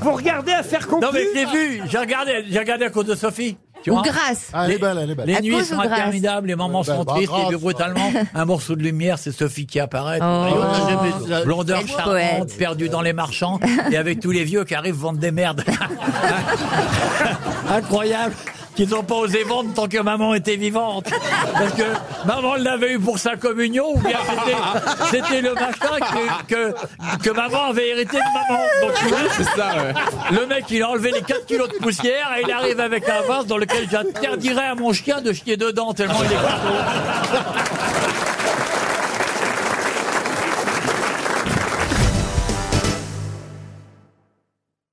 Vous regardez à faire conclure Non mais je l'ai vu, j'ai regardé, j'ai regardé à cause de Sophie. Tu Ou vois grâce. Ah, elle est belle, elle est belle. Les À nuits cause sont ou grâce interminables, les moments Ouais, bah, sont bah, tristes, grâce. et puis brutalement, un morceau de lumière, c'est Sophie qui apparaît. Oh. Ah, Et on a- Blondeur Quel charmante, poète. perdue dans les marchands, et avec tous les vieux qui arrivent vendre des merdes. Incroyable qu'ils n'ont pas osé vendre tant que maman était vivante. Parce que maman l'avait eu pour sa communion, ou bien c'était- c'était le machin que, que, que maman avait hérité de maman. Donc, tu vois, le mec, il a enlevé les 4 kilos de poussière et il arrive avec un vase dans lequel j'interdirais à mon chien de chier dedans tellement il est gras.